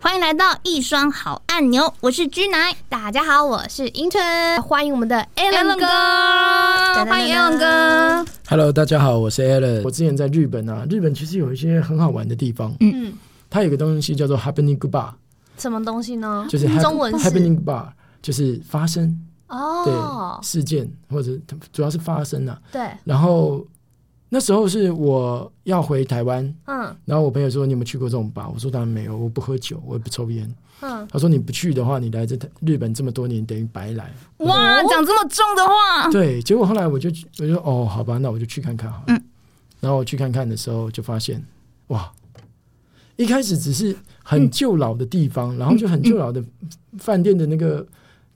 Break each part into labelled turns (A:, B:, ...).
A: 欢迎来到一双好按钮，我是居奶。
B: 大家好，我是英春，欢迎我们的 Alan 哥，
A: 欢迎 Alan 哥。
C: Hello，大家好，我是 Alan。我之前在日本啊，日本其实有一些很好玩的地方。
B: 嗯，
C: 它有个东西叫做 Happening Bar，
B: 什么东西呢？
C: 就是 hap-
B: 中文是
C: Happening Bar，就是发生对、
B: 哦，
C: 事件或者主要是发生啊。
B: 对，
C: 然后那时候是我要回台湾，
B: 嗯
C: 然后我朋友说你有没有去过这种吧？我说当然没有，我不喝酒，我也不抽烟。
B: 嗯，
C: 他说你不去的话，你来这日本这么多年等于白来。
A: 哇，讲这么重的话，
C: 对，结果后来我就我就哦，好吧，那我就去看看好了。
A: 嗯
C: 然后我去看看的时候，就发现哇，一开始只是很旧老的地方，然后就很
A: 嗯
C: 旧老的饭店的那个，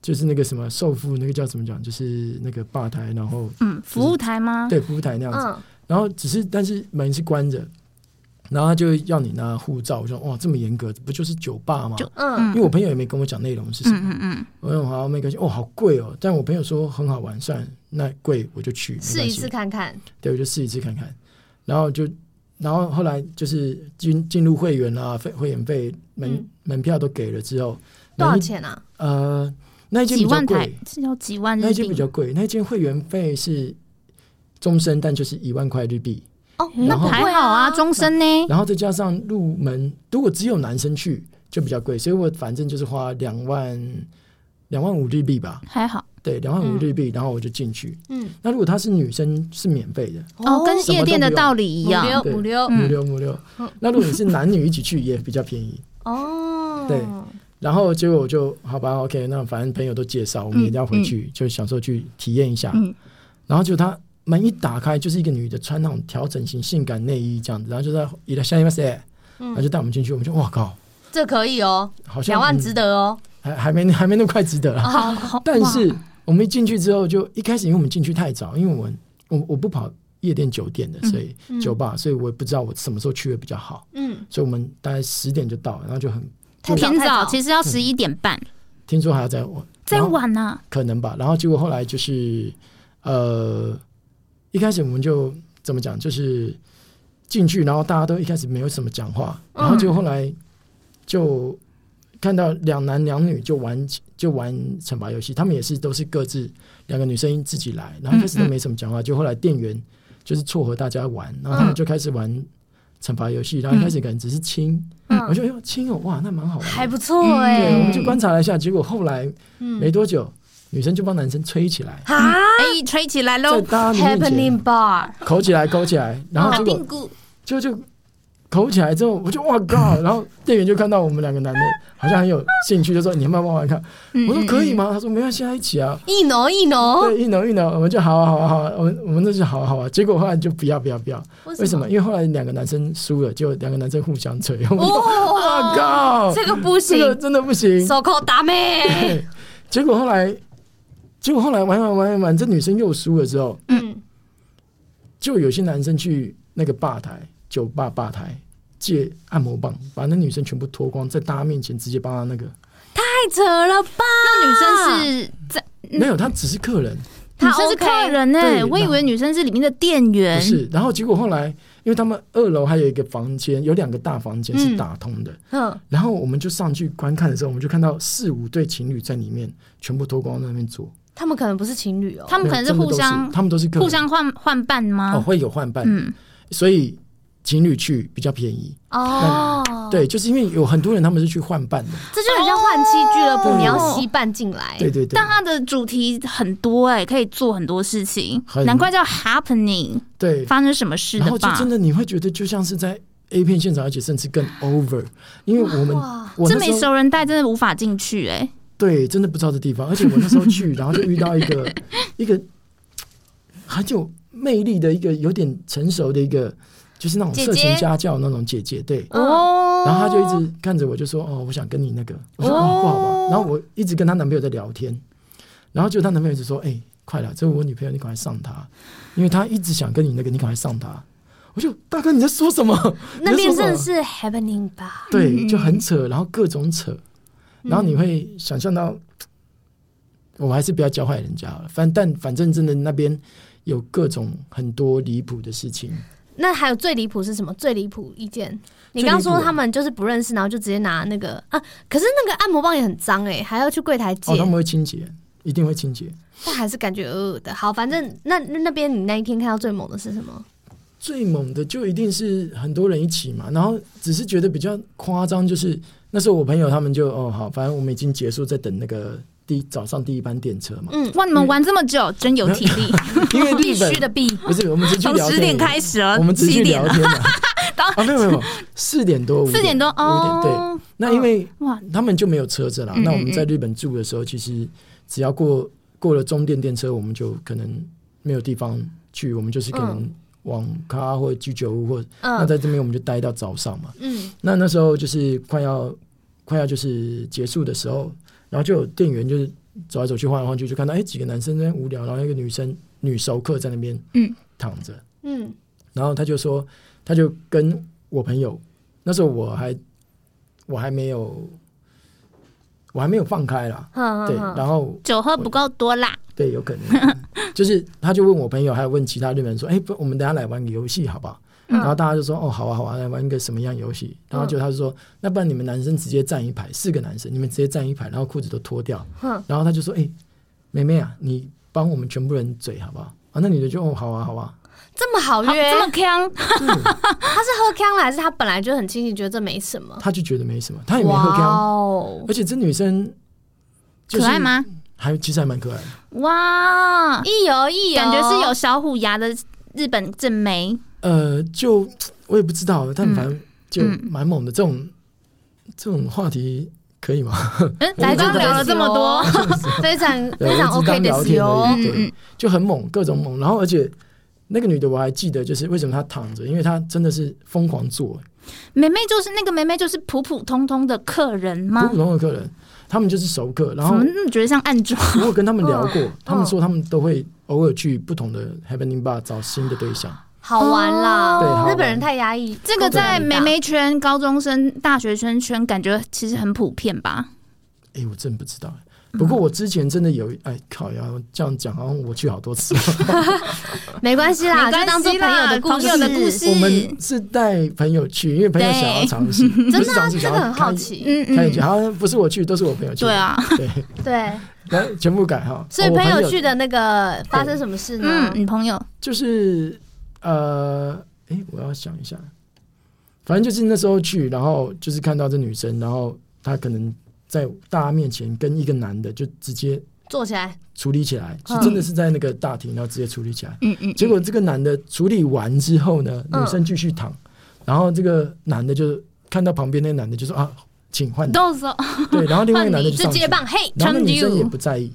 C: 就是那个什么寿付那个叫怎么讲，就是那个吧台，然后
A: 嗯，服务台吗？
C: 对服务台那样子，
B: 嗯，
C: 然后只是但是门是关着。然后他就要你拿护照，我说哇这么严格，不就是酒吧吗？
A: 就
B: 嗯
C: 因为我朋友也没跟我讲内容是什么，
A: 嗯嗯嗯，
C: 我说好没关系，哦好贵哦，但我朋友说很好玩，算了那贵我就去，没
B: 试
C: 关
B: 一
C: 系
B: 次看看，
C: 对，我就试一次看看，然后就，然后后来就是进进入会员啊，费会员费门、
B: 嗯
C: 门票都给了之后，
B: 多少
C: 门一？
B: 钱啊？
C: 呃，那一间比
A: 几
C: 较
A: 万台
C: 贵，
A: 是要几万
C: 那
A: 日
C: 一间比
A: 币
C: 较贵，那一间会员费是终身，但就是一万块日币，
B: 哦，
A: 那
C: 然后
A: 还好啊，终身呢。
C: 然后再加上入门，如果只有男生去就比较贵，所以我反正就是花两万两万五日币吧，
A: 还好
C: 对，两万五
B: 嗯
C: 日币，然后我就进去。
B: 嗯，
C: 那如果她是女生是免费的，
A: 哦，跟
C: 什么
A: 夜
C: 都
A: 店
C: 不
A: 的
C: 用
A: 道理一
B: 五
A: 样。
B: 六
C: 对
B: 五六，
C: 五六五六
B: 嗯。
C: 那如果你是男女一起去也比较便宜。
B: 哦，
C: 对然后结果我就好吧，OK，那反正朋友都介绍，我们一定要回
B: 嗯
C: 去，就想说去体验一下。
A: 嗯
C: 然后就他门一打开，就是一个女的穿那种调整型性感内衣这样子，然后就在一来下一次，然后
B: 嗯，
C: 就带我们进去，我们就哇靠，
B: 这可以哦，
C: 好像
B: 两万
C: 嗯
B: 值得哦，
C: 还还没还没那么快值得啦。
A: 好哦好，
C: 但
A: 哇
C: 是我们一进去之后，就一开始因为我们进去太早，因为我我我不跑夜店酒店的，所以、
B: 嗯
C: 酒吧，所以我也不知道我什么时候去会比较好，
B: 嗯，
C: 所以我们大概十点就到了，然后就很
B: 太早
A: 偏
B: 太
A: 早，
B: 早，
A: 其实要十一点半，
C: 听说还要再玩，
A: 再
C: 然后
A: 晚啊呢。
C: 可能吧。然后结果后来就是，呃，一开始我们就怎么讲，就是进去，然后大家都一开始没有什么讲话，
B: 嗯
C: 然后就后来就看到两男两女就玩就玩惩罚游戏，他们也是都是各自两个女生自己来，然后一开始都没什么
B: 嗯
C: 讲话，就后来店员就是撮合大家玩，然后他们就开始玩惩罚游戏，然后一开始可能只是亲，我
B: 嗯，
C: 就哎呦亲哦，哇，那蛮好玩的，
B: 还不错
C: 嗯对，我
B: 哎
C: 们，就观察了一下，结果后来
B: 嗯
C: 没多久，女生就帮男生吹起来，
B: 啊
A: 哎，吹起来
C: 在
A: 喽！
C: 大 家的面前
B: ，Happening Bar，
C: 口起来，勾起来，然后
A: 马
C: 结
A: 丁
C: 果
A: 鼓，
C: 就就口起来之后，我就哇靠！然后店员就看到我们两个男的好像很有兴趣，就说你要不要玩玩看？
A: 嗯
C: 我说可以
A: 吗？
C: 吗？他说没关系，啊，一起啊。
B: 一挪一挪，
C: 对，一挠一挠，我们就好啊好啊好啊，我们我们那就好啊好啊。结果后来就不要不要不要，为什么？？因为后来两个男生输了，就两个男生互相吹。我们就 哇
B: 哦，
C: 靠！
B: 这个不
C: 啊这
B: 行，
C: 个真的不行，
B: 手扣打妹。
C: 对， 结果后来，结果后来玩玩玩玩玩，这女生又输了之后，
B: 嗯，
C: 就有些男生去那个吧台酒吧吧台借按摩棒，把那女生全部脱光，在大家面前直接帮她那个，
B: 太扯了吧？嗯
A: 那女生是在，
C: 没有，她只是客人，
A: 女
B: 她
A: 生是
B: OK
A: 客人呢、
C: 对
A: 我以
C: 那
A: 为女生是里面的店员
C: 不。是。然后结果后来，因为他们二楼还有一个房间，有两个大房间是打通的，
B: 嗯，
C: 然后我们就上去观看的时候，我们就看到四五对情侣在里面全部脱光在那边做，
B: 他们可能不是情侣哦，
A: 他们可能是
C: 没有
A: 互
C: 真的都
A: 相
C: 他们都是客人
A: 互相换换伴吗？
C: 哦会有换伴，
A: 嗯，
C: 所以情侣去比较便宜。
B: 哦，
C: 对，就是因为有很多人他们是去换伴的，
B: 这就很像换妻俱乐部，
C: 哦
B: 你要吸伴进来，
C: 对对对
A: 哎但，它的主题很多哎、可以做很多事情，
C: 很
A: 难怪叫 happening，
C: 对。
A: 发生什么事
C: 然
A: 的
C: 后就
A: 吧？
C: 真的你会觉得就像是在 A 片现场，而且甚至更 over，因为我们
B: 哇
C: 我
A: 这
C: 那
A: 没
C: 时候
A: 熟人带，真的无法进去哎、
C: 对真的不知道的地方，而且我那时候去，然后就遇到一个一个很有魅力的一个有点成熟的一个，就是那种
B: 姐
C: 色情
B: 姐
C: 家教那种姐姐，对。
B: 嗯
A: 哦，
C: 然后她就一直看着我，就说：“哦，我想跟你那个。”我说：“
A: 哦
C: 哦，不好吧？”然后我一直跟她男朋友在聊天，然后就她男朋友就说：“哎、快了，这是我女朋友，你赶快上她，因为她一直想跟你那个，你赶快上她。”我就大哥你在说什么？
B: 那边
C: 你在
B: 真的
C: 说什
B: 是
C: 么
B: happening 吧？
C: 对，就很扯，然后各种扯，
B: 嗯
C: 然后你会想象到，我还是不要教坏人家好了。反但反正真的那边有各种很多离谱的事情，
B: 那还有最离谱是什么？最离谱意见？你
C: 最
B: 刚
C: 离谱
B: 说
C: 啊
B: 他们就是不认识，然后就直接拿那个啊，可是那个按摩棒也很脏哎、还要去柜台借，
C: 哦，他们会清洁，一定会清洁。
B: 但还是感觉恶恶的。好，反正那那那边你那一天看到最猛的是什么？
C: 最猛的就一定是很多人一起嘛，然后只是觉得比较夸张，就是那时候我朋友他们就哦好，反正我们已经结束，在等那个第早上第一班电车嘛，
B: 嗯，
A: 哇，你们玩这么久，真有体力，
C: 因为
A: 必
C: 日本
A: 须的必。
C: 不是我们只去
A: 从
C: 聊天而已，
A: 十点开始哦
C: 我们，只
A: 七
C: 去
A: 点
C: 聊
A: 了，
C: 天嘛，
A: 到
C: 啊没有没有没有， 四点多五
A: 四点多
C: 五点对，
A: 哦。
C: 那因为
A: 哇，
C: 他们就没有车子啦，
A: 嗯嗯
C: 那我们在日本住的时候，其实只要过过了终电电车，我们就可能没有地方去，我们就是可
A: 嗯
C: 能往咖或者居酒屋或者那
B: 嗯
C: 在这边我们就待到早上嘛。
B: 嗯，
C: 那那时候就是快要快要就是结束的时候，然后就有店员就是走来走去晃来晃去，就看到哎、几个男生在那边无聊，然后一个女生女熟客在那边
A: 嗯
C: 躺着，
B: 嗯，
C: 然后他就说他就跟我朋友，那时候我还我还没有我还没有放开啦，
B: 哼
C: 对，
B: 哼哼，
C: 然后
A: 酒喝不够多啦，
C: 对有可能 就是他就问我朋友，还有问其他日本人说，哎、不，我们等一下来玩个游戏好不好？
A: 嗯
C: 然后大家就说：“哦，好啊，好啊，来玩一个什么样游戏？”然后就他就说：“那不然你们男生直接站一排，四个男生，你们直接站一排，然后裤子都脱掉。
B: 哼”
C: 然后他就说：“哎、妹妹啊，你帮我们全部人嘴好不好？”啊，那女的就：“哦，好啊，好 啊。
B: 这么好
A: 好
B: 约，
A: 这么康，
B: 他是喝康了，还是他本来就很清醒，觉得这没什”么？
C: 他就觉得没什么，他也没
B: 哇
C: 哎喝掉，
B: 哦！
C: 而且这女生就
A: 可
C: 是
A: 爱？吗？
C: 还其实还蛮可爱的。
A: 哇，
B: 一游
C: 哦
B: 一游，
A: 感觉是有小虎牙的日本正妹，
C: 呃，就我也不知道，但反正就
A: 嗯
C: 蛮猛的。这种这种话题可以吗？
A: 嗯，
C: 我
A: 才
C: 们
A: 刚
C: 这个
A: 聊了这么多，
B: 非常
C: 哦对
B: 非常
C: 我只是
B: OK
C: 刚聊
B: 的哦
C: 天而
B: 哟。
A: 嗯
C: 已，
A: 嗯
C: 对，就很猛，各种猛。然后而且那个女的我还记得，就是为什么她躺着，因为她真的是疯狂做，
A: 梅梅就是那个梅梅就是普普通通的客人
C: 普
A: 吗
C: 普？通的客人，他们就是熟客。然
A: 怎
C: 后
A: 么那么觉得像暗中？
C: 我有跟他们聊过，他 们
B: 嗯
C: 说他们都会偶尔去不同的 Happening Bar 找新的对象。
B: 好玩啦，
C: 对好玩
B: 日本人太压抑。
A: 这个在梅梅圈、高中生、大学生圈，感觉其实很普遍吧？
C: 哎，我真不知道。
B: 嗯
C: 不过我之前真的有，哎靠呀，这样讲好像我去好多 次。
B: 没关系啦，
A: 没关
B: 就
A: 系啦
B: 当做朋友的故
A: 朋
B: 事。
A: 友的故事
C: 我们是带朋友去，因为朋友想要尝试，不
B: 真
C: 是
B: 的啊
C: 尝试
B: 这
C: 想
B: 个
C: 要
B: 很好
C: 开
B: 奇。嗯
A: 嗯
C: 开眼界。
A: 嗯，
C: 好像不是我去，都是我朋友去。
A: 对，啊，
C: 对，
B: 对，
C: 然后全部改哈。
B: 所以
C: 哦我
B: 朋
C: 友
B: 友去的那个发生什么事呢
A: 嗯，？你朋友
C: 就是呃，诶，我要想一下，反正就是那时候去，然后就是看到这女生，然后她可能在大家面前跟一个男的就直接
B: 坐起来，
C: 处理起来，是
B: 嗯
C: 真的是在那个大厅，然后直接处理起来。
A: 嗯嗯，
C: 结果这个男的处理完之后呢，
B: 嗯
C: 女生继续躺，然后这个男的就看到旁边那个男的就说啊，请换，
A: 到时候
C: 对，然后另外一
A: 换
C: 个男的
A: 你
C: 就
B: 就
C: 上去
B: 接，棒，嘿，
C: 然后那
A: Come
C: 女生
A: you
C: 也不在意，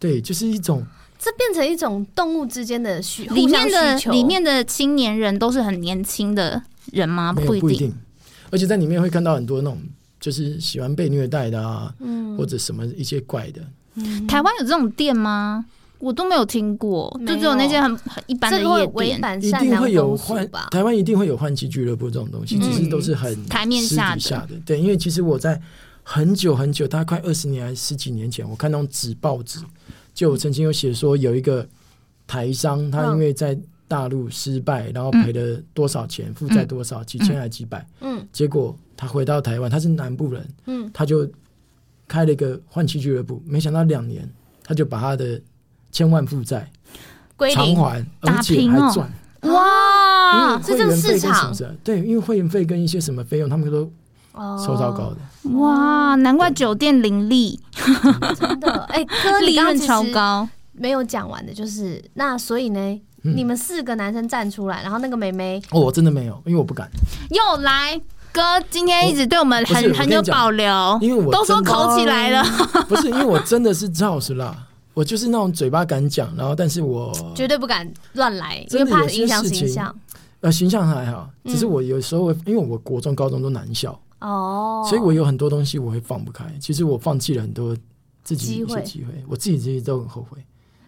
C: 对，就是一种
B: 这变成一种动物之间的需
A: 里面
B: 互
A: 的
B: 相需求
A: 里面的青年人都是很年轻的人吗？
C: 没有
A: 一
C: 不一
A: 定。
C: 定，而且在里面会看到很多那种就是喜欢被虐待的啊，
B: 嗯
C: 或者什么一些怪的。
B: 嗯
A: 台湾有这种店吗？我都没有听过，
B: 没
A: 就
B: 有
A: 只有那些很很一般的
B: 这个会
A: 夜
B: 违
A: 店。
B: 反
C: 一
B: 善
C: 定
B: 良
C: 会有
B: 风俗
C: 换，
B: 吧？
C: 台湾一定会有换妻俱乐部这种东西，
A: 嗯
C: 只是都是很
A: 台面
C: 私
A: 下的
C: 底下的。对，因为其实我在很久很久，大概快二十年还是十几年前，我看那种纸报纸，就我曾经有写说有一个台商，他因为在大陆失败，然后赔了多少钱，负
A: 嗯
C: 债多少，几千还几百，
B: 嗯
C: 结果他回到台湾，他是南部人，
B: 嗯，
C: 他就开了一个换妻俱乐部，没想到两年他就把他的千万负债
B: 归
C: 偿
B: 零。
C: 还，而
A: 打
C: 且
A: 平
C: 还
A: 哦
C: 赚。
A: 哇
B: 嗯
C: 因为会员费跟
B: 啊这就是市场
C: 什么的对，因为会员费跟一些什么费用，他们都
B: 哦
C: 收到高的。
A: 哇，难怪酒店林立，
B: 真的， 哎，哥，
A: 利
B: 你刚刚
A: 润
B: 其实
A: 超高。
B: 没有讲完的就是，那所以呢，
C: 嗯
B: 你们四个男生站出来，然后那个妹妹
C: 哦，我真的没有，因为我不敢，
A: 又来，哥今天一直对我们
C: 不是我
A: 很
C: 跟
A: 很
C: 你
A: 有
C: 讲
A: 保
B: 哦
A: 留，
C: 因为我
A: 都说
C: 真的
A: 口起来了。
C: 不是因为我真的是 赵实啦，我就是那种嘴巴敢讲，然后但是我
B: 绝对不敢乱来，因
C: 哦
B: 为
C: 真的
B: 怕
C: 有些
B: 影响
C: 事
B: 形
C: 情
B: 象。
C: 呃形象还好，只是
B: 嗯
C: 我有时候会因为我国中、高中都男校，
B: 哦，
C: 所以我有很多东西我会放不开。其实我放弃了很多自己
B: 机
C: 一些
B: 会
C: 机会，我自己自己都很后悔。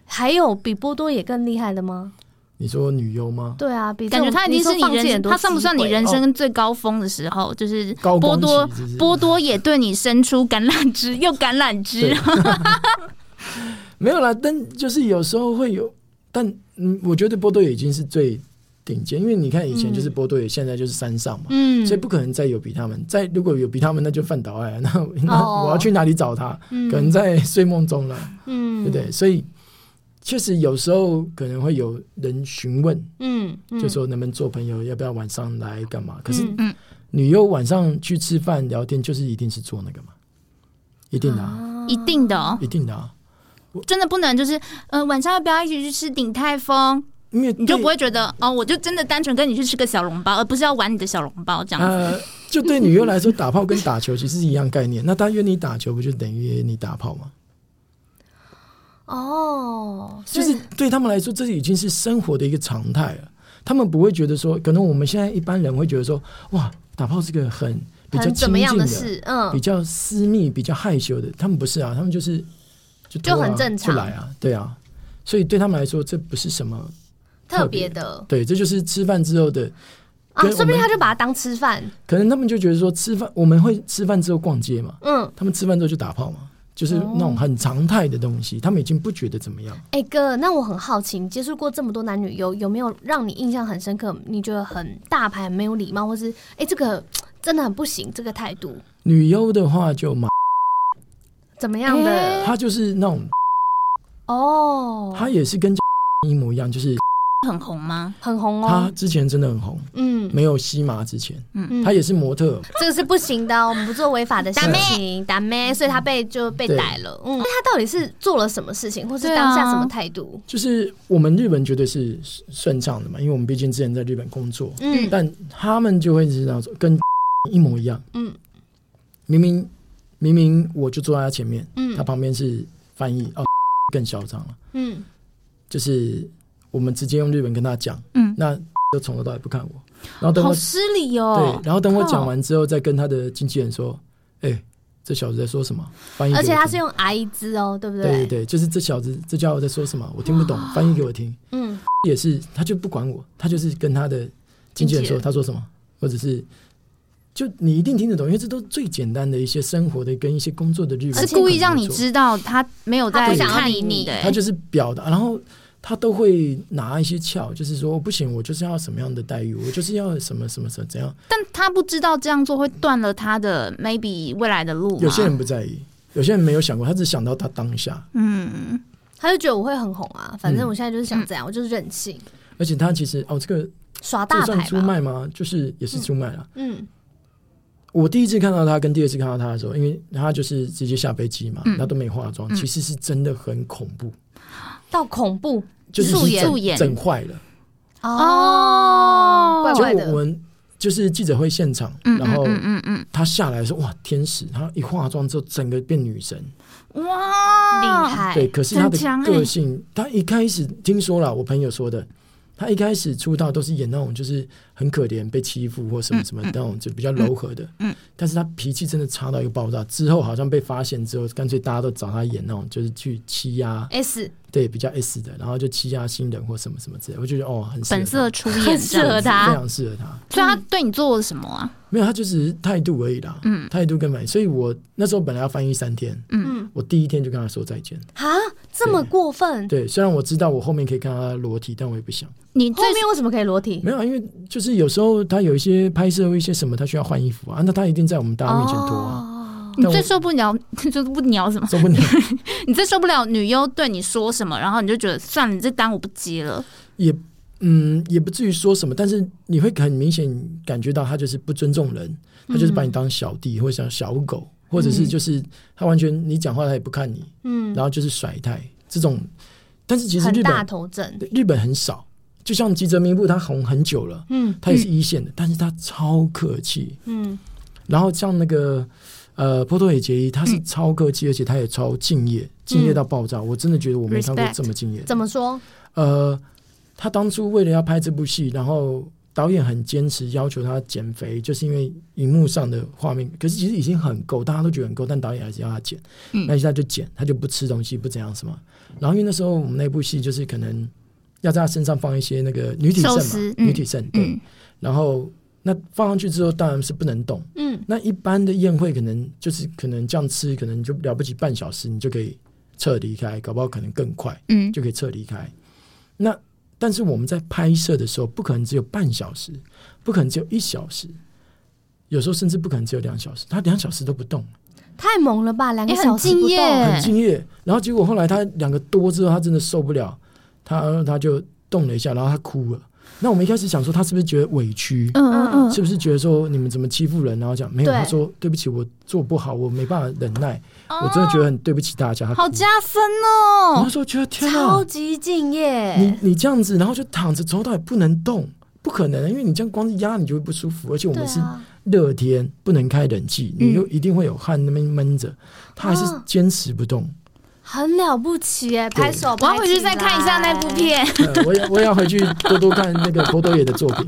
B: 还有比波多也更厉害的吗？
C: 你说女优吗？
B: 对啊，比这
A: 感
B: 种
A: 觉他已经是你
B: 说放弃很
A: 人，
B: 多
A: 他算不算你
B: 机会哦
A: 人生最高峰的时候？就是
C: 高
A: 波
C: 光
A: 多
C: 期是不是
A: 波多也对你伸出橄榄枝，又橄榄枝
C: 对。没有啦，但就是有时候会有，但嗯，我觉得波多野已经是最顶尖，因为你看以前就是波多野，现在就是山上嘛，
B: 嗯，
C: 所以不可能再有比他们。再如果有比他们，那就犯倒爱了，啊那 那
B: 哦
C: 我要去哪里找他？
B: 嗯
C: 可能在睡梦中了，
B: 嗯
C: 对不对？所以确实有时候可能会有人询问，
B: 嗯，嗯
C: 就说能不能做朋友，要不要晚上来干嘛？可是
B: 嗯
C: 女优晚上去吃饭聊天，就是一定是做那个嘛，一定的、啊，
A: 一定的哦，
C: 一定的啊，
A: 真的不能就是，呃，晚上要不要一起去吃鼎泰丰？
C: 因为
A: 你就
C: 对
A: 不会觉得哦，我就真的单纯跟你去吃个小笼包，而不是要玩你的小笼包这样子。
C: 呃，就对女优来说，打炮跟打球其实是一样概念。那她约你打球，不就等于约你打炮吗？
B: 啊哦，
C: 就是对他们来说，这已经是生活的一个常态了。他们不会觉得说，可能我们现在一般人会觉得说，哇，打炮是个很比较
B: 很怎
C: 亲
B: 么样
C: 近
B: 的事，
C: 比
B: 嗯
C: 较私密、比较害羞的。他们不是啊，他们就是就
B: 就
C: 拖啊
B: 很正常
C: 就来啊，对啊。所以对他们来说，这不是什么
B: 特别的
C: 对，这就是吃饭之后的。
B: 啊，
C: 跟我
B: 说不定
C: 们
B: 他就把它当吃饭，
C: 可能他们就觉得说，吃饭我们会吃饭之后逛街嘛，
B: 嗯，
C: 他们吃饭之后就打炮嘛，就是
B: 哦
C: 那种很常态的东西，他们已经不觉得怎么样。
B: 哎、哥，那我很好奇，你接触过这么多男女优，有没有让你印象很深刻？你觉得很大牌、很没有礼貌，或是哎、这个真的很不行，这个态度
C: 女优的话就嘛，
B: 怎么样的？
A: 哎
C: 她就是那种，
B: 哦，
C: 她也是跟 一模一样，就是
A: 很红吗？
B: 很红
C: 她
B: 哦，
C: 之前真的很红，
B: 嗯，
C: 没有西麻之前，
B: 嗯
C: 她也是模特，
B: 这个是不行的，哦我们不做违法的事
A: 打妹
B: 情，打妹，所以他被就被
C: 对
B: 逮了。嗯，那他到底是做了什么事情，或是
A: 对啊
B: 当下什么态度？
C: 就是我们日本绝对是顺畅的嘛，因为我们毕竟之前在日本工作，
B: 嗯
C: 但他们就会知道说跟 一模一样，
B: 嗯
C: 明明明明我就坐在她前面，她
B: 嗯
C: 旁边是翻译，哦，更嚣张了。
B: 嗯，
C: 就是我们直接用日文跟他讲，
A: 嗯
C: 那就从头到尾不看我，然后等
A: 好
C: 我、
A: 失礼哦
C: 对，。然后等我
A: 靠
C: 讲完之后，再跟他的经纪人说，哎、这小子在说什么？翻译给
B: 而
C: 我
B: 且
C: 听，
B: 他是用阿姨兹哦，对不
C: 对对对，就是这小子这家伙在说什么，我听不懂，
A: 哦
C: 翻译给我听。
B: 嗯，
C: 也是，他就不管我，他就是跟他的经纪
B: 经
C: 人
B: 纪
C: 说
B: 人
C: 他说什么，或者是就你一定听得懂，因为这都最简单的一些生活的跟一些工作的日语，
A: 是故意让你。知道他没有
B: 他
A: 在
B: 不想要
A: 看
B: 理你
A: 的欸。
C: 他就是表达，然后他都会拿一些窍，就是说不行，我就是要什么样的待遇，我就是要什么什么什么怎样。
A: 但他不知道这样做会断了他的 maybe 未来的路嘛。
C: 有些人不在意，有些人没有想过，他只想到他当下，
A: 嗯，
B: 他就觉得我会很红啊，反正
C: 嗯
B: 我现在就是想这样，我就是任性，
C: 而且他其实
A: 嗯
C: 哦，这个
B: 耍
C: 这
B: 大
C: 个算
B: 牌
C: 出
B: 吧。
C: 卖吗？就是也是出卖啦。
B: 嗯
C: 我第一次看到他跟第二次看到他的时候，因为他就是直接下飞机
A: 嗯
C: 嘛，他都没化妆，其实是真的很恐怖，，
B: 到恐怖
C: 就是
A: 素颜
C: 整
A: 素颜
C: 整坏了。
A: 哦
B: 怪怪
C: 结果我
B: 的，
C: 们就是记者会现场，
A: 嗯
C: 然后
A: 嗯嗯嗯
C: 他下来说哇天使，他一化妆之后整个变女神。
A: 嗯，哇，
B: 厉！害
C: 对，，可是他
A: 很强
C: 的
A: 欸
C: 个性，他一开始听说了，我朋友说的，他一开始出道都是演那种就是很可怜、被欺负或什么什么那种，就比较柔和的。
A: 嗯嗯嗯
C: 但是他脾气真的差到一个爆炸，之后好像被发现之后，干脆大家都找他演那种就是去欺压，
B: S
C: 对，比较 S 的，然后就欺压新人或什么什么之类的。我就觉得哦，很适合
A: 本色出演，
B: 很适合
C: 他，
B: 他，
C: 非
B: 嗯
C: 常适合他。
A: 所以他对你做了什么啊？
C: 没有，他就只是态度而已啦。
A: 嗯
C: 态度跟反应。所以我那时候本来要翻译三天，
B: 嗯，
C: 我第一天就跟他说再见。
B: 啊，这么过分，
C: 对，虽然我知道我后面可以看到他裸体，但我也不想。
A: 你最
B: 后面为什么可以裸体？
C: 没有啊，因为就是有时候他有一些拍摄或一些什么，他需要换衣服啊，那他一定在我们大家面前脱啊，
B: 哦
A: 你
C: 但
A: 最
C: 我
A: 受不了 就是不聊什么，
C: 受不了。
A: 你最受不了女优对你说什么，然后你就觉得算了，你这单我不接了。
C: 也 嗯，也不至于说什么，但是你会很明显感觉到他就是不尊重人，他就是
B: 嗯
C: 把你当小弟或者像小狗，或者是就是他完全你讲话他也不看你，
B: 嗯，
C: 然后就是甩态这种。但是其实
B: 很
C: 日
B: 大
C: 本
B: 头阵，
C: 日本很少，就像吉泽明步他红很久了，
B: 嗯
C: 他也是一线的，但是他超客气，
B: 嗯，
C: 然后像那个呃波多野结衣，他
A: 嗯
C: 是超客气，而且他也超敬业，敬业到爆炸。我真的觉得我没看过
A: Respect
C: 这么敬业的。
B: 怎么说？
C: 呃，他当初为了要拍这部戏，然后导演很坚持要求他减肥，就是因为荧幕上的画面，可是其实已经很够，大家都觉得很够，但导演还是要他减。
A: 嗯
C: 那他就减，他就不吃东西，不怎样什么。然后因为那时候我们那部戏就是可能要在他身上放一些那个女体
A: 寿
C: 肾
A: 司
C: 嘛，
A: 嗯
C: 女体肾，对，
A: 嗯，
C: 然后。那放上去之后，当然是不能动。
B: 嗯，
C: 那一般的宴会可能就是可能这样吃，可能就了不起半小时，你就可以撤离开，搞不好可能更快
A: 嗯，
C: 就可以撤离开。那但是我们在拍摄的时候，不可能只有半小时，不可能只有一小时，有时候甚至不可能只有两小时。他两小时都不动，
B: 太猛了吧，两个
A: 也
B: 小
A: 很
B: 时不
A: 敬
B: 动，
A: 业，
C: 很敬业。然后结果后来他两个多之后，他真的受不了，他他就动了一下，然后他哭了。那我们一开始想说，他是不是觉得委屈？
A: 嗯嗯
C: 是不是觉得说你们怎么欺负人？然后讲没有，
B: 对
C: 他说对不起，我做不好，我没办法忍耐，
A: 嗯，
C: 我真的觉得很对不起大家。他哭
A: 好加分
C: 我那
A: 哦，
C: 时候觉得天
B: 超欸
C: 哪，
B: 级敬业。
C: 你你这样子，然后就躺着从头到尾不能动，不可能，因为你这样光是压你就会不舒服，而且我
B: 对
C: 们是
B: 啊，
C: 热天，不能开冷气，
A: 嗯
C: 你又一定会有汗那边闷着，他还是
B: 啊
C: 坚持不动。
B: 很了不起哎，
C: 对
B: 拍手！
A: 我要回去再
B: 拍
A: 看
B: 起来
A: 一下那部片，
C: 呃我也我也要回去多多看那个波多野的作品，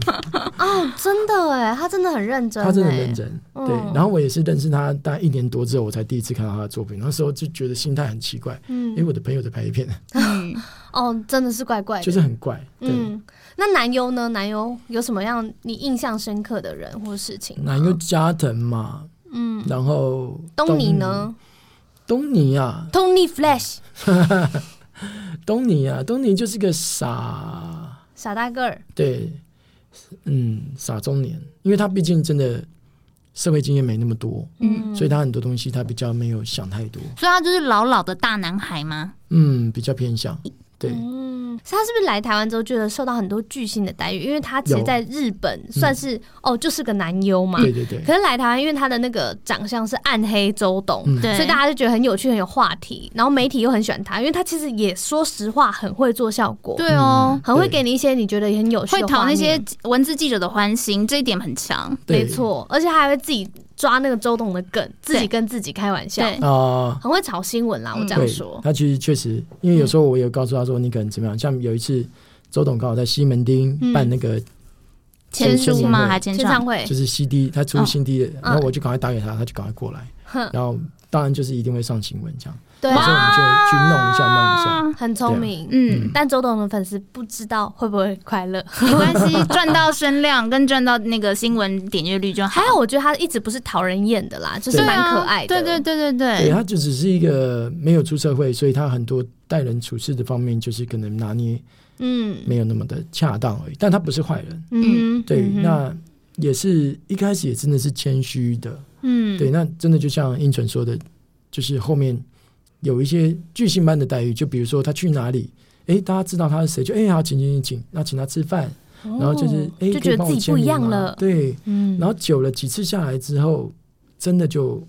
B: 哦，真的哎，他真的很认真，
C: 他真的很认。真。
B: 嗯
C: 对，然后我也是认识他大概一年多之后，我才第一次看到他的作品，那时候就觉得心态很奇怪，因为
B: 嗯，
C: 我的朋友在拍片，
A: 嗯
B: 哦，真的是怪怪的，
C: 就是很怪。对，
B: 嗯，那男优呢？男优有什么让你印象深刻的人或事情？
C: 那一个，加藤嘛，
B: 嗯，
C: 然后
B: 东尼呢？
C: 东尼啊，
B: ？Tony Flash，
C: 东尼啊，东尼就是个傻，
B: 傻大个儿，
C: 对，嗯，傻中年，因为他毕竟真的社会经验没那么多，
A: 嗯，
C: 所以他很多东西他比较没有想太多，
A: 所以他就是老老的大男孩吗？
C: 嗯，比较偏向，对，
B: 嗯，他是不是来台湾之后，觉得受到很多巨星的待遇？因为他其实
C: 有嗯
B: 在日本算是、哦，就是个男优嘛。
C: 对对对，
B: 可是来台湾，因为他的那个长相是暗黑周董，
C: 嗯
A: 对，
B: 所以大家就觉得很有趣，很有话题。然后媒体又很喜欢他，因为他其实也说实话很会做效果，
A: 对哦，
B: 很会
C: 对
B: 给你一些你觉得也很有趣
A: 会
B: 的
A: 讨
B: 画
A: 那
B: 面
A: 些文字记者的欢心，这一点很强。
C: 对
B: 没错，而且他还会自己抓那个周董的梗，自己跟自己开玩笑，
A: 对，
C: 啊。
B: 很会炒新闻啦。
A: 嗯
B: 我这样
C: 对
B: 说，
C: 他其实确实，因为有时候我有告诉他说，你可能怎么样。像有一次，周董刚好在西门町
B: 嗯
C: 办那个
A: 签书吗？
C: 对
A: 还签
B: 签唱
A: 上？
B: 会
C: 就是 CD，他出
A: 嗯
C: 新 D 的，然后
B: 嗯
C: 我就赶快打给他，他就赶快过来，然后当然就是一定会上新闻这样，
B: 对
C: 有时候我
B: 啊，
C: 们就会去弄一下弄一下，
A: 啊
B: 很聪明。嗯
A: 嗯，
B: 但周董的粉丝不知道会不会快 乐。
A: 没关系，赚到声量跟赚到那个新闻点阅率就好
B: 还。有，我觉得他一直不是讨人厌的啦，就是
A: 对
B: 蛮
A: 啊
B: 可爱的。
A: 对对对对
C: 对，
A: 对，啊
C: 他就只是一个没有出社会，所以他很多待人处事的方面就是可能拿捏
B: 嗯
C: 没有那么的恰当而已，但他不是坏人，
B: 嗯，
C: 对，
B: 嗯
C: 那也是一开始也真的是谦虚的，
B: 嗯
C: 对，那真的就像英纯说的，就是后面有一些巨星般的待遇，就比如说他去哪里，诶，大家知道他是谁，就诶，好，请请请请，那请他吃饭，然后就是
B: 哦
C: 诶，
B: 就
C: 可以
B: 觉得
C: 帮我
B: 自己
C: 签
B: 不一
C: 名
B: 样
C: 吗
B: 了。
C: 对，
B: 嗯，
C: 然后久了几次下来之后，真的就，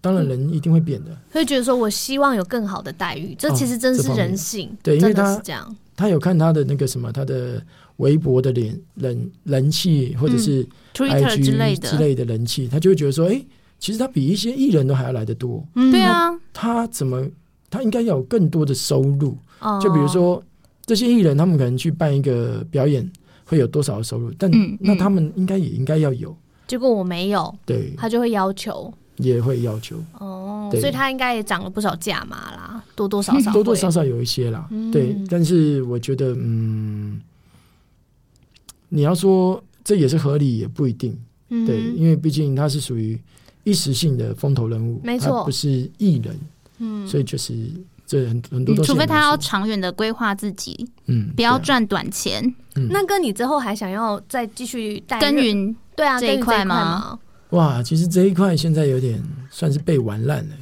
C: 当然人一定会变的，
B: 会觉得说我希望有更好的待遇，这
C: 哦
B: 其实真的
C: 这
B: 是
C: 方面
B: 人性，
C: 对因
B: 真
C: 为
B: 的
C: 他
B: 是这样。
C: 他有看他的那个什么，他的微博的人人人气，或
B: 嗯
C: 者是
A: Twitter
C: IG
A: 之类
C: 之
A: 的，
C: 类的人气，他就会觉得说，诶，其实他比一些艺人都还要来得多，
B: 嗯
A: 对，啊，
C: 他怎么他应该要有更多的收入。
B: 哦
C: 就比如，说这些艺人，他们可能去办一个表演，会有多少的收入？但、
A: 嗯
C: 那
A: 嗯
C: 他们应该也应该要有，
B: 结果我没有，
C: 对，
B: 他就会要求。
C: 也会要求
B: 哦，
C: 对嗯
B: 所以他应该也涨了不少价码啦，多多少少，
C: 多多少，少有一些啦，
B: 嗯
C: 对。但是我觉得，嗯，你要说这也是合理，也不一定，
B: 嗯
C: 对，因为毕竟他是属于一时性的风头人物，
B: 没
C: 他
B: 错
C: 不是艺人，
B: 嗯
C: 所以就是这很很多
A: 嗯
C: 东西
A: 除
C: 很难说，
A: 非他要长远的规划自己，
C: 嗯，
A: 不要
C: 对啊
A: 赚短钱，
C: 嗯
B: 那跟你之后还想要再继续带
A: 耕
B: 热，
A: 耘
B: 对啊，
A: 这
B: 耕耘
A: 一
B: 一
A: 块
B: 块
A: 吗
B: 吗？
C: 哇，其实这一块现在有点算是被玩烂了。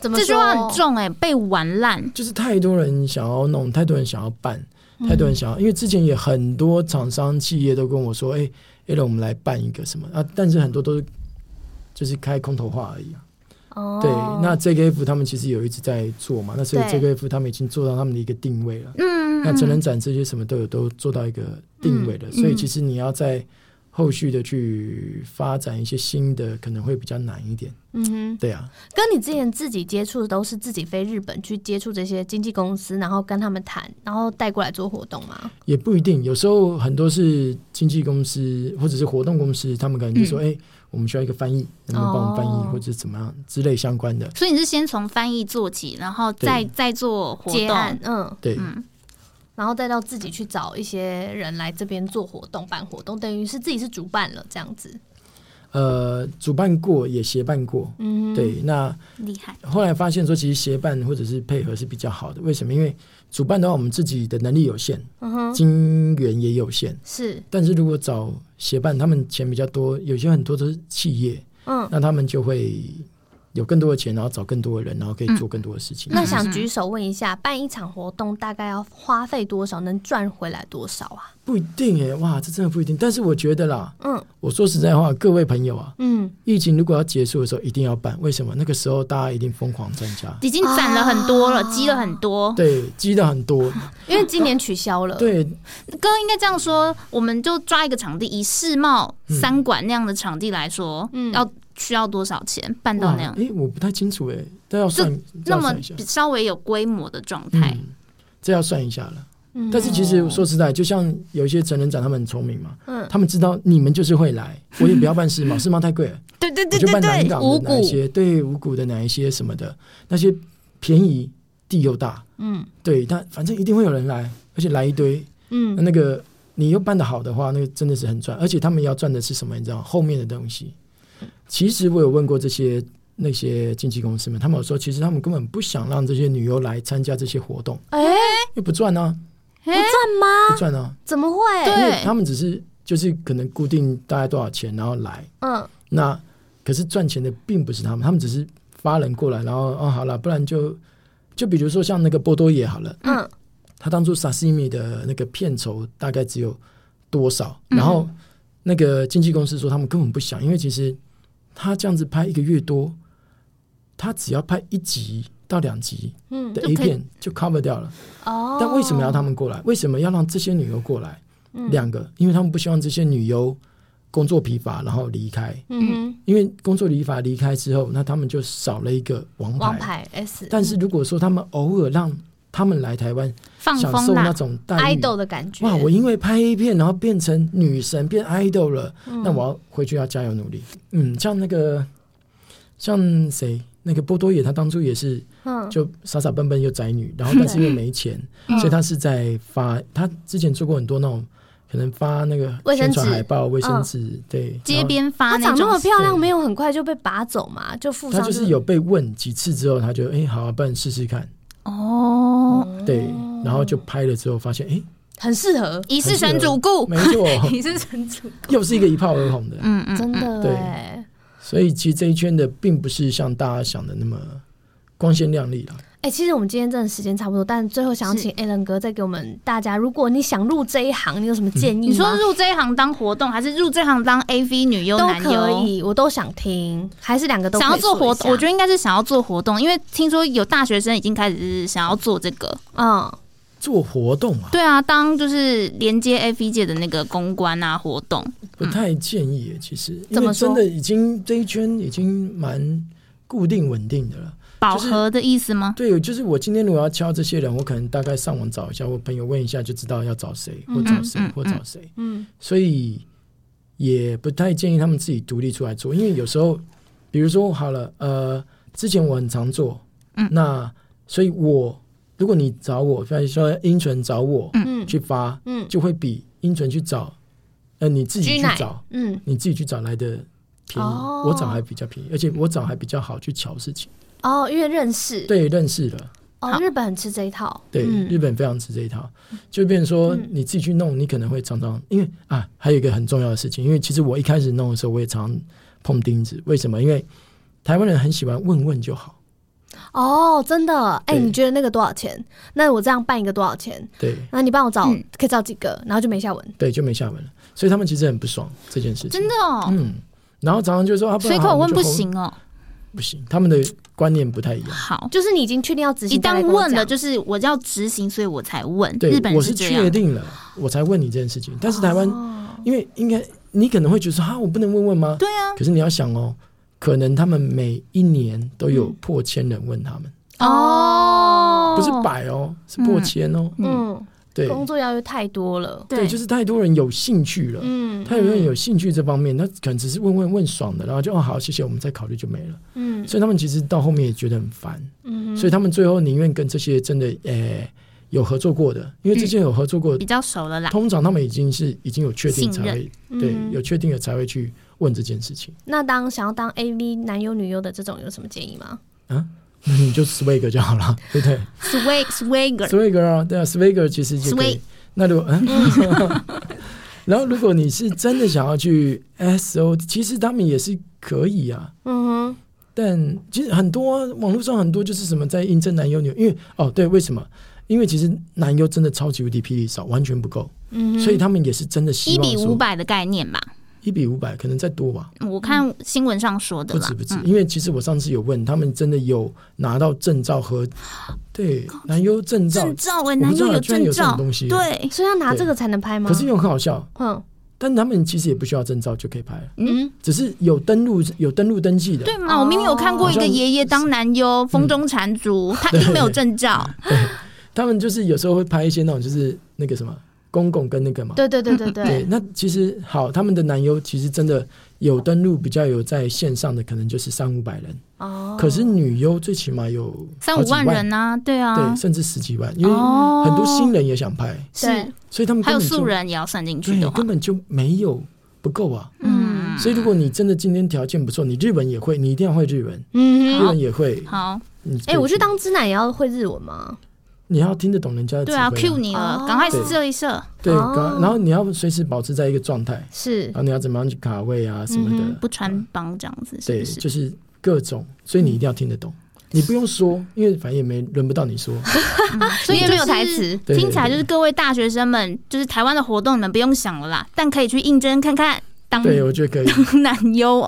B: 怎么
A: 这句话很
B: 说，
A: 重哎、被玩烂。
C: 就是太多人想要弄，太多人想要办，
A: 嗯
C: 太多人想要，因为之前也很多厂商企业都跟我说，哎、a l a n 我们来办一个什么啊？但是很多都是就是开空头话而已啊。
B: 哦
C: 对，那 JKF 他们其实有一直在做嘛，那所以
B: 对
C: JKF 他们已经做到他们的一个定位了。
A: 嗯，
C: 那成人展这些什么都有都做到一个定位了，
A: 嗯
C: 所以其实你要在后续的去发展一些新的，可能会比较难一点。
B: 嗯哼，
C: 对啊，
B: 跟你之前自己接触的都是自己飞日本去接触这些经纪公司，然后跟他们谈，然后带过来做活动吗？
C: 也不一定，有时候很多是经纪公司或者是活动公司，他们可能就说：“哎、我们需要一个翻译，能不能帮我们翻译，
B: 嗯哦
C: 或者怎么样之类相关的。
A: 所以你是先从翻译做起，然后再再做活
B: 接案
A: 动，，
B: 嗯，
C: 对”
A: 嗯，
B: 然后再到自己去找一些人来这边做活动、办活动，等于是自己是主办了这样子。
C: 呃主办过也协办过，
B: 嗯，
C: 对，那
A: 厉害，
C: 后来发现说，其实协办或者是配合是比较好的。为什么？因为主办的话，我们自己的能力有限，
B: 嗯哼，
C: 金源也有限。
B: 是，
C: 但是如果找协办，他们钱比较多，有些很多都是企业，
B: 嗯，
C: 那他们就会有更多的钱，然后找更多的人，然后可以做更多的事情。
B: 那想举手问一下，办一场活动大概要花费多少，能赚回来多少啊？
C: 不一定耶，哇，这真的不一定。但是我觉得啦，
B: 嗯
C: 我说实在话，各位朋友啊，
B: 嗯，
C: 疫情如果要结束的时候，一定要办。为什么？那个时候大家一定疯狂参加，
A: 已经攒了很多了，
B: 啊
A: 积了很多。
C: 对，积的 很多，
B: 因为今年取消了，，
C: 对，
A: 哥应该这样说，我们就抓一个场地，以世贸
C: 嗯
A: 三馆那样的场地来说，
B: 嗯
C: 哦
A: 要需要多少钱办到
C: 哇，
A: 那样？
C: 诶，我不太清楚哎，但要算，
A: 那
C: 要
A: 么
C: 算一下
A: 稍微有规模的状态，哦
C: 嗯，这要算一下了。
B: 嗯
C: 但是其实说实在，就像有一些成人展，他们很聪明嘛，
B: 嗯
C: 他们知道你们就是会来，我也不要办世 贸，世贸太贵了，
A: 对对
C: 我
A: 对
C: 就
A: 对
C: 办南
A: 对，
C: 港的哪一些，对五谷的哪一些什么的，那些便宜地又大，
B: 嗯
C: 对，但反正一定会有人来，而且来一堆，
B: 嗯，
C: 那个你又办得好的话，那个真的是很赚，而且他们要赚的是什么？你知道吗后面的东西。
A: 嗯
C: 其实我有问过这些那些经纪公司们，他们有说，其实他们根本不想让这些女优来参加这些活动，
B: 哎、
C: 因为不赚啊，
B: 不赚吗？
C: 不赚啊，
B: 怎么会？
A: 对
C: 因为他们只是就是可能固定大概多少钱，然后来，
B: 嗯
C: 那可是赚钱的并不是他们，他们只是发人过来，然后哦好了，不然就就比如说像那个波多野好了。
B: 嗯
C: 他当初沙西米的那个片酬大概只有多少？
A: 嗯
C: 然后那个经纪公司说他们根本不想，因为其实他这样子拍一个月多，他只要拍一集到两集
B: 嗯，
C: 的
A: 就
C: A
A: 可以
C: 片就 cover 掉了。
B: 哦，
C: 但为什么要他们过来？为什么要让这些女优过来？
B: 嗯
C: 两个，因为他们不希望这些女优工作疲乏然后离开，
B: 嗯
C: 因为工作疲乏离开之后，那他们就少了一个王
B: 哼
C: 牌。
B: 王牌 S，
C: 但是如果说他们偶尔让他们来台湾
A: 放
C: 享
A: 风
C: 受那
A: 啦，
C: 种待
B: 爱
C: 遇，
B: 豆的感觉，
C: 哇！我因为拍 A 片，然后变成女神，变 idol 了，那我要回去要加油努力。嗯，像那个，像谁？那个波多野，他当初也是
B: 嗯
C: 就傻傻笨笨又宅女，然后但是因为没钱，所以他是在发，他之前做过很多那种可能发那个
B: 卫生
C: 宣传
B: 纸
C: 海报、卫生纸，对，
A: 街边发
B: 她
A: 那
B: 长那么
A: 种，
B: 漂亮，
C: 对
B: 没有很快就被拔走嘛，就附
C: 然后他
B: 上
C: 就是有被问几次之后，他就哎、好、啊，不然试试看，
A: 哦，
C: 对，然后就拍了之后发现，哎、
B: 很适合，
A: 一世神主顾，
C: 没 错，
A: 一世神主顾，
C: 又是一个一炮而红的，
A: 嗯嗯，
B: 真的
C: 对
B: 哎
C: 所以其实这一圈的并不是像大家想的那么光鲜亮丽啦。
B: 哎，其实我们今天真的时间差不多，但最后想要
A: 是
B: 请 Alan 哥再给我们大家，如果你想入这一行，你有什么建议
A: 你
B: 吗？
A: 说入这一行当活动，还是入这行当 AV 女优
B: 都
A: 男
B: 可
A: 优？
B: 以，我都想听，还是两个都
A: 想要做活动，我觉
B: 得
A: 得应该是想要做活动，因为听说有大学生已经开始想要做这个。
B: 嗯
C: 做活动啊，
A: 对啊，当就是连接 AV 界的那个公关啊活动，
C: 不太建议耶。其实，因
A: 嗯怎么
C: 为
A: 说
C: 真的已经这一圈已经蛮固定稳定的了。
A: 饱和的意思吗？
C: 对，就是我今天如果要敲这些人，我可能大概上网找一下，我朋友问一下就知道要找谁，或找谁
A: 嗯嗯，
C: 或找谁。
B: 嗯
C: 所以也不太建议他们自己独立出来做，因为有时候，比如说好了，呃，之前我很常做，
A: 嗯
C: 那所以我如果你找我，比如说英纯找我
B: 嗯
C: 去发，
B: 嗯
C: 就会比英纯去找，呃，你自己
B: 居
C: 去
B: 奶
C: 找，
B: 嗯
C: 你自己去找来的便宜，
B: 哦
C: 我找还比较便宜，而且我找还比较好去瞧事情，
B: 哦，因为认识
C: 对，认识了。
B: 哦，
A: 好
B: 日本很吃这一套，
C: 对，
B: 嗯
C: 日本非常吃这一套，就变成说
B: 嗯
C: 你自己去弄，你可能会常常因为啊，还有一个很重要的事情，因为其实我一开始弄的时候，我也常碰钉子，为什么？因为台湾人很喜欢问问就好，
B: 哦，真的，哎、
C: 对
B: 你觉得那个多少钱？那我这样办一个多少钱？
C: 对
B: 那你帮我找，
A: 嗯
B: 可以找几个，然后就没下文。
C: 对，就没下文了，所以他们其实很不爽这件事情，
A: 真的哦，
C: 嗯，然后常常就说啊，不
A: 随
C: 然
A: 口
C: 好我
A: 问
C: 们就
A: 不
C: 后
A: 行啊哦。
C: 不行，他们的观念不太一样。
A: 好，
B: 就是你已经确定要执行，
A: 一
B: 再来
A: 旦
B: 跟我
A: 问了，
B: 讲
A: 就是我要执行，所以我才问。
C: 对
A: 日本，
C: 我
A: 人
C: 是
A: 这
C: 确
A: 样，
C: 定了，我才问你这件事情。但是台湾，
B: 哦
C: 因为应该你可能会觉得说啊，我不能问问吗？
A: 对啊，
C: 可是你要想哦，可能他们每一年都有
B: 嗯
C: 破千人问他们，
A: 哦，
C: 不是百哦，是破千哦。
A: 嗯，
B: 嗯，
C: 对
B: 工作要求太多了，
C: 对，就是太多人有兴趣了，
B: 嗯，
C: 太多人有兴趣这方面，那可能只是问问问爽的，然后就哦好，谢谢，我们再考虑就没了。
B: 嗯，
C: 所以他们其实到后面也觉得很烦，
B: 嗯，
C: 所以他们最后宁愿跟这些真的呃有合作过的，因为这些有合作过
A: 比，较熟了啦。
C: 通常他们已经是已经有确定
A: 嗯信
C: 才
A: 任
C: 会
B: 嗯
C: 对有确定了才会去问这件事情。
B: 那当想要当 AV 男优女优的这种有什么建议吗
C: 那你就 swag 就好了，对不对
A: swag swagger
C: ？swag 啊，对啊，swag 其实就可以
A: Swag。
C: 那如果 嗯，然后如果你是真的想要去 SO，其实他们也是可以啊。
B: 嗯
C: 但其实很多啊、网络上很多就是什么在应征男优女，因为哦对，为什么？因为其实男优真的超级无敌霹雳少，完全不够，
B: 哼，嗯哼，
C: 所以他们也是真的希
A: 一
C: 望
A: 比五
C: 说
A: 百的概念吧，
C: 一比五百，可能再多吧，
A: 我看新闻上说的
C: 嗯不
A: 啦
C: 止不。止。
A: 嗯
C: 因为其实我上次有问他们，真的有拿到证照和对男优证照，
A: 证照哎，
C: 我不
A: 男
C: 知
A: 优
C: 道
A: 有
C: 居然
A: 证
C: 有这种
A: 照，
C: 东西。，
A: 对，
B: 所以要拿这个才能拍吗？
C: 可是又很好笑，
B: 嗯
C: 但他们其实也不需要证照就可以拍了，
B: 嗯，
C: 只是有登录有登录登记的。
A: 对嘛？我明明有看过一
C: 哦好
A: 个
C: 像嗯
A: 爷爷当男优，风中缠足，他一定没有证照，
C: 他们就是有时候会拍一些那种就是那个什么公公跟那个嘛，
B: 对对对对对，
C: 对，那其实好，他们的男优其实真的有登录比较有在线上的，可能就是三五百人，
A: 嗯
B: 哦，
C: 可是女优最起码有
A: 三
C: 好
A: 五
C: 几
A: 万人啊，对啊
C: 对，，甚至十几万，因为
A: 哦，
C: 很多新人也想拍，
A: 是
B: 对，
C: 所以他们
A: 还
C: 根
A: 有
C: 本就
A: 素人也要算进去的
C: 对
A: 话
C: 根，本就没有不够啊。
A: 嗯，
C: 所以如果你真的今天条件不错，你日文也会，你一定要会日文，
B: 嗯
C: 日
B: 哼，
C: 文也会。
A: 好，
C: 你
B: 哎，我去
C: 就
B: 当知男也要会日文吗？
C: 你要听得懂人家的指
A: 对
C: 挥
A: 啊
C: 啊
A: ，Q 你了，赶快
C: 对
A: 射一射，
C: 对，
B: 哦
C: 刚然后你要随时保持在一个状态，
B: 是
C: 然，后你要怎么样去卡位啊什么
B: 嗯
C: 的
B: 哼，
A: 不穿帮这样子，是
C: 对，
A: 不是？嗯
C: 就是各种，所以你一定要听得懂。你不用说，因为反正也没轮不到你说。
A: 所以
B: 因为
A: 就
B: 没有
A: 是
B: 台词，
C: 对
A: 听起来就是各位大学生们，就是台湾的活动你们不用想了啦，但可以去应征看看当
C: 对，我觉得可以。
A: 当 男优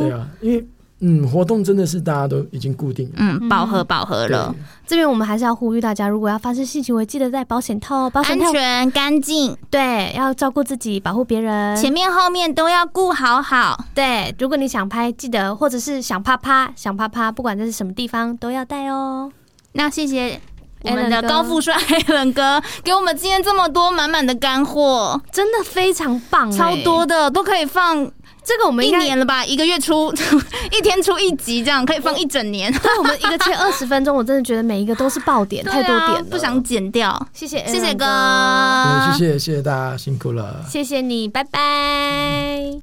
C: 对
A: 哦。
C: 啊，因为嗯，活动真的是大家都已经固定了。
A: 嗯，饱和饱和了，
C: 对，
B: 这边我们还是要呼吁大家，如果要发生性行为，记得戴保险套哦，保险
A: 安
B: 套
A: 全干净，
B: 对，要照顾自己，保护别人。
A: 前面后面都要顾好好。
B: 对，如果你想拍，记得或者是想啪啪，想啪啪，不管这是什么地方都要戴哦。
A: 那谢谢我
B: Alan
A: 们的
B: 哥
A: 高富帅 Alan 哥给我们今天这么多满满的干货，
B: 真的非常棒、
A: 超
B: 欸
A: 多，的都可以放
B: 这个我们
A: 一
B: 应该，
A: 年了吧，一个月出 一天出一集，这样可以放一整年。
B: 对我们一 个切二十分钟，我真的觉得每一个都是爆点，
A: 对
B: 太多
A: 啊
B: 点了，
A: 不想。剪掉。
B: 谢谢，
A: 谢谢哥，
B: 哥，
C: 嗯谢谢谢谢大家辛苦了。
B: 谢谢你，拜拜。